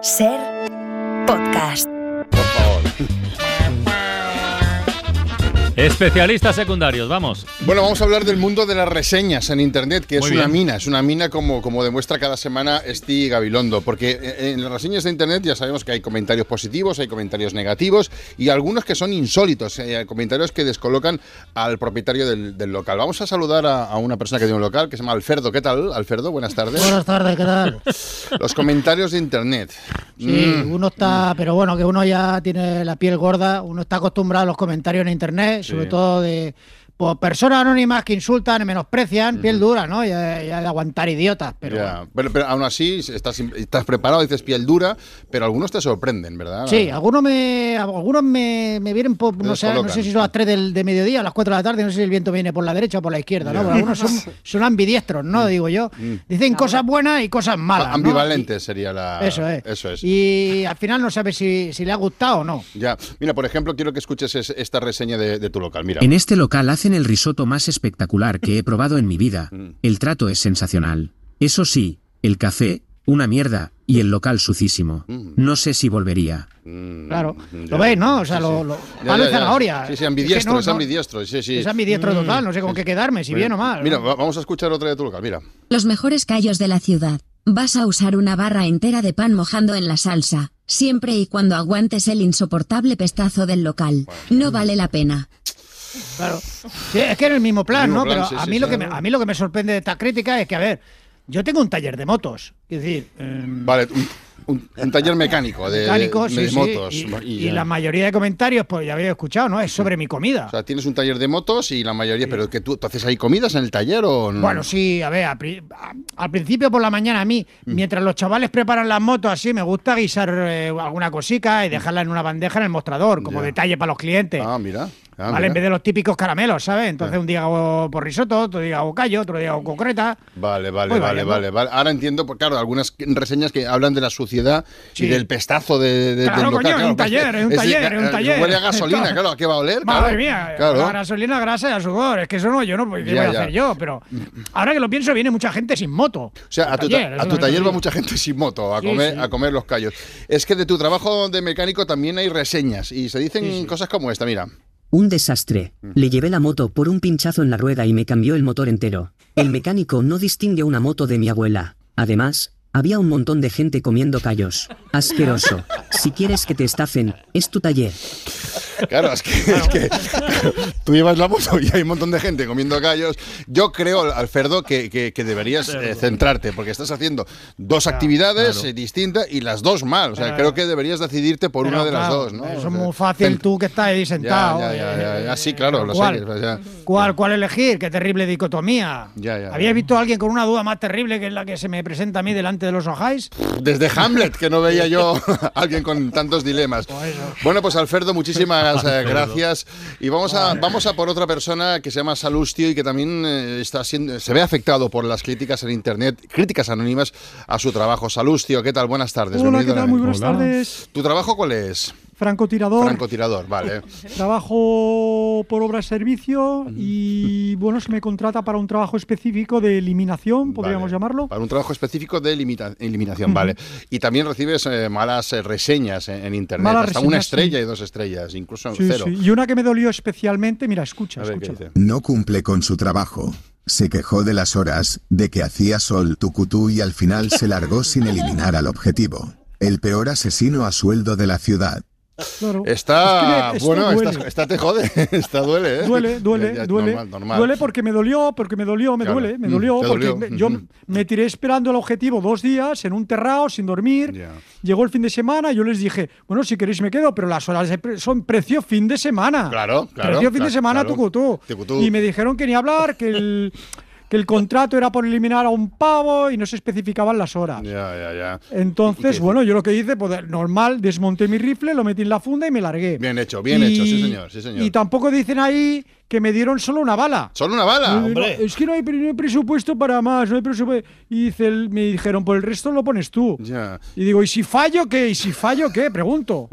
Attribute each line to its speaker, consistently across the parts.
Speaker 1: Ser podcast.
Speaker 2: Por favor.
Speaker 3: Especialistas secundarios, vamos.
Speaker 2: Bueno, vamos a hablar del mundo de las reseñas en Internet, que es
Speaker 3: Muy
Speaker 2: una
Speaker 3: bien.
Speaker 2: mina, es una mina como, como demuestra cada semana Esti Gabilondo, porque eh, en las reseñas de Internet ya sabemos que hay comentarios positivos, hay comentarios negativos y algunos que son insólitos, eh, comentarios que descolocan al propietario del, del local. Vamos a saludar a, a una persona que tiene un local que se llama Alfredo. ¿Qué tal, Alfredo? Buenas tardes.
Speaker 4: Buenas tardes, ¿qué tal?
Speaker 2: Los comentarios de Internet.
Speaker 4: Sí,
Speaker 2: Mm.
Speaker 4: uno está, pero bueno, que uno ya tiene la piel gorda, uno está acostumbrado a los comentarios en internet, sobre todo de pues, personas anónimas que insultan, menosprecian, piel dura, ¿no? Ya, ya de aguantar idiotas, pero.
Speaker 2: Ya,
Speaker 4: bueno.
Speaker 2: pero, pero aún así estás, estás preparado, dices piel dura, pero algunos te sorprenden, ¿verdad?
Speaker 4: Sí, algunos me algunos me, me vienen por, no sé, no
Speaker 2: descolocan.
Speaker 4: sé si son las 3 del, de mediodía, a las 4 de la tarde, no sé si el viento viene por la derecha o por la izquierda, ¿no? Pero algunos son, son ambidiestros, ¿no?
Speaker 2: Mm.
Speaker 4: Digo yo. Dicen cosas buenas y cosas malas.
Speaker 2: Ah,
Speaker 4: ¿no?
Speaker 2: Ambivalente sería la.
Speaker 4: Y- Eso es.
Speaker 2: Eso es.
Speaker 4: Y al final no sabe si, si le ha gustado o no.
Speaker 2: Ya. Mira, por ejemplo, quiero que escuches es- esta reseña de, de tu local. Mira.
Speaker 5: En este local hacen el risoto más espectacular que he probado en mi vida. El trato es sensacional. Eso sí, el café, una mierda, y el local sucísimo. No sé si volvería.
Speaker 2: Mm,
Speaker 4: Claro.
Speaker 2: ya.
Speaker 4: Lo veis, ¿no? O sea,
Speaker 2: Sí,
Speaker 4: lo,
Speaker 2: sí.
Speaker 4: lo-
Speaker 2: Ya,
Speaker 4: palo y
Speaker 2: ya, ya.
Speaker 4: zanahoria.
Speaker 2: Sí, sí,
Speaker 4: Es que
Speaker 2: ambidiestro,
Speaker 4: no,
Speaker 2: es
Speaker 4: no,
Speaker 2: ambidiestro. Mm. Sí, sí.
Speaker 4: es ambidiestro total, no sé con qué quedarme, si bien o mal. ¿no?
Speaker 2: Mira, va- vamos a escuchar otra de tu local. Mira.
Speaker 6: Los mejores callos de la ciudad. Vas a usar una barra entera de pan mojando en la salsa, siempre y cuando aguantes el insoportable pestazo del local. No vale la pena.
Speaker 4: Claro. Sí, es que en el mismo plan,
Speaker 2: El
Speaker 4: ¿no?
Speaker 2: mismo plan,
Speaker 4: Pero
Speaker 2: sí,
Speaker 4: a,
Speaker 2: sí,
Speaker 4: mí lo
Speaker 2: sí.
Speaker 4: que me, a mí lo que me sorprende de esta crítica es que, a ver, yo tengo un taller de motos. Es decir, eh,
Speaker 2: Vale. Un, un- un taller mecánico de,
Speaker 4: mecánicos,
Speaker 2: de- de
Speaker 4: sí, sí,
Speaker 2: motos.
Speaker 4: y-
Speaker 2: Y
Speaker 4: y,
Speaker 2: ya. Mm.
Speaker 4: la mayoría de comentarios, pues ya habéis escuchado, ¿no? Es sobre mi comida.
Speaker 2: O sea, tienes un taller de motos y la mayoría. Pero que tú, ¿tú haces ahí comidas en el taller o no?
Speaker 4: Bueno, sí, a ver, al, pri- a- al principio por la mañana a mí,
Speaker 2: Mm.
Speaker 4: mientras los chavales preparan las motos así, me gusta guisar eh, alguna cosica y dejarla en una bandeja en el mostrador, como
Speaker 2: Mm. Ya.
Speaker 4: detalle para los clientes.
Speaker 2: Ah, mira. Ah,
Speaker 4: ¿Vale? En vez
Speaker 2: mira.
Speaker 4: de los típico caramelos, ¿sabes? Entonces un día hago por risotto, otro día hago callo, otro día hago concreta.
Speaker 2: Vale, vale,
Speaker 4: Voy
Speaker 2: vale,
Speaker 4: variando.
Speaker 2: vale, vale. Ahora entiendo, porque claro, algunas reseñas que hablan de la suciedad y
Speaker 4: Sí.
Speaker 2: del pestazo de, de-
Speaker 4: Claro,
Speaker 2: del local. pues,
Speaker 4: coño, es un
Speaker 2: porque
Speaker 4: taller, es un taller, es un taller.
Speaker 2: eh, Huele a gasolina, claro, ¿a qué va a oler?
Speaker 4: Madre
Speaker 2: Claro,
Speaker 4: mía,
Speaker 2: claro.
Speaker 4: la gasolina, grasa y a sudor. Es que eso no, yo no, ¿qué
Speaker 2: Ya,
Speaker 4: voy a
Speaker 2: ya.
Speaker 4: hacer yo? Pero ahora que lo pienso, viene mucha gente sin moto.
Speaker 2: O sea,
Speaker 4: Al
Speaker 2: a tu, ta-
Speaker 4: eso
Speaker 2: a tu
Speaker 4: también
Speaker 2: taller
Speaker 4: lo
Speaker 2: va
Speaker 4: digo.
Speaker 2: mucha gente sin moto a
Speaker 4: Sí,
Speaker 2: comer,
Speaker 4: sí.
Speaker 2: a comer los callos. Es que de tu trabajo de mecánico también hay reseñas y se dicen cosas como esta, mira.
Speaker 7: Un desastre. Le llevé la moto por un pinchazo en la rueda y me cambió el motor entero. El mecánico no distingue una moto de mi abuela. Además, había un montón de gente comiendo callos. Asqueroso. Si quieres que te estafen, es tu taller.
Speaker 2: Claro, es que, es que tú llevas la moto y hay un montón de gente comiendo callos. Yo creo, Alfredo, que, que- que deberías eh, centrarte, porque estás haciendo dos actividades eh, distintas y las dos mal. O sea, creo que deberías decidirte por
Speaker 4: Pero,
Speaker 2: una de las
Speaker 4: claro,
Speaker 2: dos, ¿no?
Speaker 4: Eso
Speaker 2: O
Speaker 4: es
Speaker 2: sea,
Speaker 4: muy fácil
Speaker 2: cent-
Speaker 4: tú que estás ahí sentado.
Speaker 2: Ya, ya, ya,
Speaker 4: eh,
Speaker 2: ya, sí, claro, lo sé,
Speaker 4: ¿cuál?
Speaker 2: o sea,
Speaker 4: ¿Cuál, ¿Cuál elegir? Qué terrible dicotomía.
Speaker 2: Ya, ya,
Speaker 4: ¿Habías
Speaker 2: ya.
Speaker 4: visto a alguien con una duda más terrible que es la que se me presenta a mí delante de los ojáis?
Speaker 2: Desde Hamlet, que no veía yo a alguien con tantos dilemas. Bueno, pues Alfredo, muchísimas eh, gracias. Y vamos a, vamos a por otra persona que se llama Salustio y que también eh, está siendo, se ve afectado por las críticas en Internet, críticas anónimas a su trabajo. Salustio, ¿qué tal? Buenas tardes.
Speaker 8: Hola,
Speaker 2: bienvenido
Speaker 8: ¿qué
Speaker 2: a la
Speaker 8: tal? Muy
Speaker 2: mesa.
Speaker 8: buenas tardes.
Speaker 2: ¿Tu trabajo cuál es?
Speaker 8: Francotirador.
Speaker 2: Francotirador, vale.
Speaker 8: Trabajo por obra servicio y bueno, se me contrata para un trabajo específico de eliminación, podríamos
Speaker 2: Vale.
Speaker 8: llamarlo.
Speaker 2: Para un trabajo específico de limita- eliminación, vale. Y también recibes eh, malas eh, reseñas en, en Internet,
Speaker 8: Malas
Speaker 2: hasta una
Speaker 8: reseñas, sí.
Speaker 2: estrella y dos estrellas, incluso
Speaker 8: Sí,
Speaker 2: cero.
Speaker 8: sí. Y una que me dolió especialmente, mira, escucha,
Speaker 2: A ver qué
Speaker 8: escucha.
Speaker 2: dice.
Speaker 9: No cumple con su trabajo. Se quejó de las horas, de que hacía sol tucutú y al final se largó sin eliminar al objetivo. El peor asesino a sueldo de la ciudad.
Speaker 8: Claro.
Speaker 2: Está
Speaker 8: Es que esto
Speaker 2: bueno,
Speaker 8: duele.
Speaker 2: está, está te jode, está duele, ¿eh?
Speaker 8: Duele, duele,
Speaker 2: Ya, ya,
Speaker 8: duele.
Speaker 2: Normal, normal.
Speaker 8: Duele porque me dolió, porque me dolió, me
Speaker 2: Claro.
Speaker 8: duele, me
Speaker 2: Mm,
Speaker 8: dolió.
Speaker 2: te
Speaker 8: porque
Speaker 2: dolió.
Speaker 8: me- yo
Speaker 2: Mm.
Speaker 8: me tiré esperando el objetivo dos días en un terrao sin dormir.
Speaker 2: Ya.
Speaker 8: Llegó el fin de semana, yo les dije, bueno, si queréis me quedo, pero las horas de pre- son precio fin de semana.
Speaker 2: Claro, claro,
Speaker 8: Precio fin
Speaker 2: claro,
Speaker 8: de semana
Speaker 2: claro.
Speaker 8: tucutú.
Speaker 2: Tucutú.
Speaker 8: Y me dijeron que ni hablar, que el, que el contrato era por eliminar a un pavo y no se especificaban las horas.
Speaker 2: Ya, ya, ya. ¿Y
Speaker 8: Entonces,
Speaker 2: qué?
Speaker 8: bueno, yo lo que hice, pues, normal, desmonté mi rifle, lo metí en la funda y me largué.
Speaker 2: Bien hecho, bien hecho, sí, señor, sí, señor.
Speaker 8: Y tampoco dicen ahí que me dieron solo una bala.
Speaker 2: Solo una bala.
Speaker 8: Y digo, es que no hay, pre- no hay presupuesto para más, no hay presupuesto. Y dice el- me dijeron, por el resto lo pones tú.
Speaker 2: Ya.
Speaker 8: Y digo, ¿y si fallo qué? ¿Y si fallo qué? Pregunto.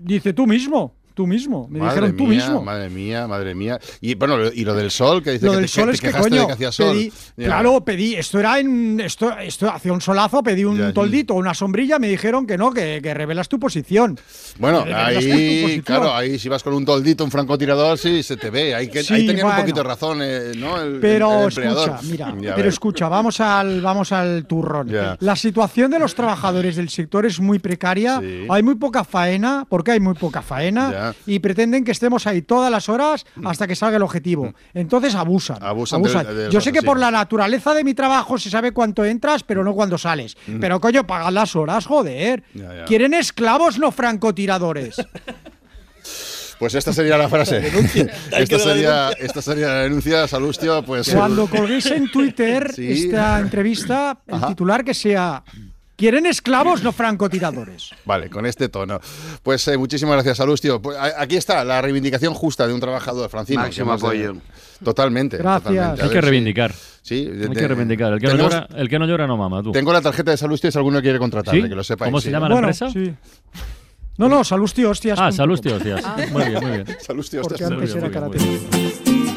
Speaker 8: Dice tú mismo. Tú mismo, me
Speaker 2: madre
Speaker 8: dijeron tú
Speaker 2: mía,
Speaker 8: mismo.
Speaker 2: Madre mía, madre mía. Y bueno, lo- y lo del sol, que dice
Speaker 8: Lo
Speaker 2: que
Speaker 8: del
Speaker 2: te,
Speaker 8: sol
Speaker 2: que te
Speaker 8: es que,
Speaker 2: quejaste
Speaker 8: coño,
Speaker 2: de que hacía sol.
Speaker 8: pedí-
Speaker 2: Ya.
Speaker 8: claro, pedí, esto era en, esto, esto hacía un solazo, pedí un
Speaker 2: Ya, ya.
Speaker 8: toldito, una sombrilla, me dijeron que no, que, que revelas tu posición.
Speaker 2: Bueno,
Speaker 8: Pero que no es tu
Speaker 2: ahí,
Speaker 8: posición.
Speaker 2: claro, ahí si vas con un toldito, un francotirador, sí, se te ve. Ahí, que, ahí
Speaker 8: Sí,
Speaker 2: tenían un
Speaker 8: bueno.
Speaker 2: poquito de razón, eh, ¿no? El, el-
Speaker 8: Pero
Speaker 2: el
Speaker 8: escucha,
Speaker 2: empleador.
Speaker 8: mira,
Speaker 2: Ya
Speaker 8: pero
Speaker 2: ves.
Speaker 8: escucha, vamos al, vamos al turrón.
Speaker 2: Ya.
Speaker 8: La situación de los trabajadores del sector es muy precaria,
Speaker 2: Sí.
Speaker 8: hay muy poca faena, porque hay muy poca faena,
Speaker 2: Ya.
Speaker 8: y pretenden que estemos ahí todas las horas hasta que salga el objetivo. Entonces abusan.
Speaker 2: Abusan del- del
Speaker 8: Yo sé que
Speaker 2: rato,
Speaker 8: por
Speaker 2: sí.
Speaker 8: la naturaleza de mi trabajo se sabe cuánto entras, pero no cuándo sales. Pero coño, pagan las horas, joder.
Speaker 2: Ya, ya.
Speaker 8: Quieren esclavos, no francotiradores.
Speaker 2: Pues esta sería la frase.
Speaker 10: Hay que dar la
Speaker 2: esta, sería, esta sería la denuncia, Salustio. Pues,
Speaker 8: Cuando colguéis en Twitter
Speaker 2: Sí.
Speaker 8: esta entrevista, el titular que sea ¿Quieren esclavos, no francotiradores?
Speaker 2: Vale, con este tono. Pues eh, muchísimas gracias, Salustio. Pues, a- aquí está la reivindicación justa de un trabajador, Francino.
Speaker 10: Máximo
Speaker 2: que hemos de-
Speaker 10: apoyo.
Speaker 2: Totalmente.
Speaker 8: Gracias.
Speaker 2: totalmente. A
Speaker 3: Hay
Speaker 2: ver
Speaker 3: que
Speaker 2: si-
Speaker 3: reivindicar.
Speaker 2: Pues Sí, de-
Speaker 3: Hay
Speaker 2: de-
Speaker 3: que reivindicar. El que,
Speaker 2: tenemos-
Speaker 3: no llora, el que no llora no mama, tú.
Speaker 2: Tengo la tarjeta de Salustio, si alguno quiere contratarle,
Speaker 3: ¿Sí?
Speaker 2: que lo sepa.
Speaker 3: ¿Cómo
Speaker 2: sí.
Speaker 3: se llama la empresa?
Speaker 8: sí. No, no, Salustio, hostias.
Speaker 3: Ah,
Speaker 8: punto com.
Speaker 3: salustio, hostias. Muy bien, muy bien.
Speaker 2: Salustio, este
Speaker 8: Porque
Speaker 2: hostia,
Speaker 3: Muy
Speaker 8: antes
Speaker 3: bien,
Speaker 8: era
Speaker 3: muy bien, muy
Speaker 8: karate.
Speaker 3: bien.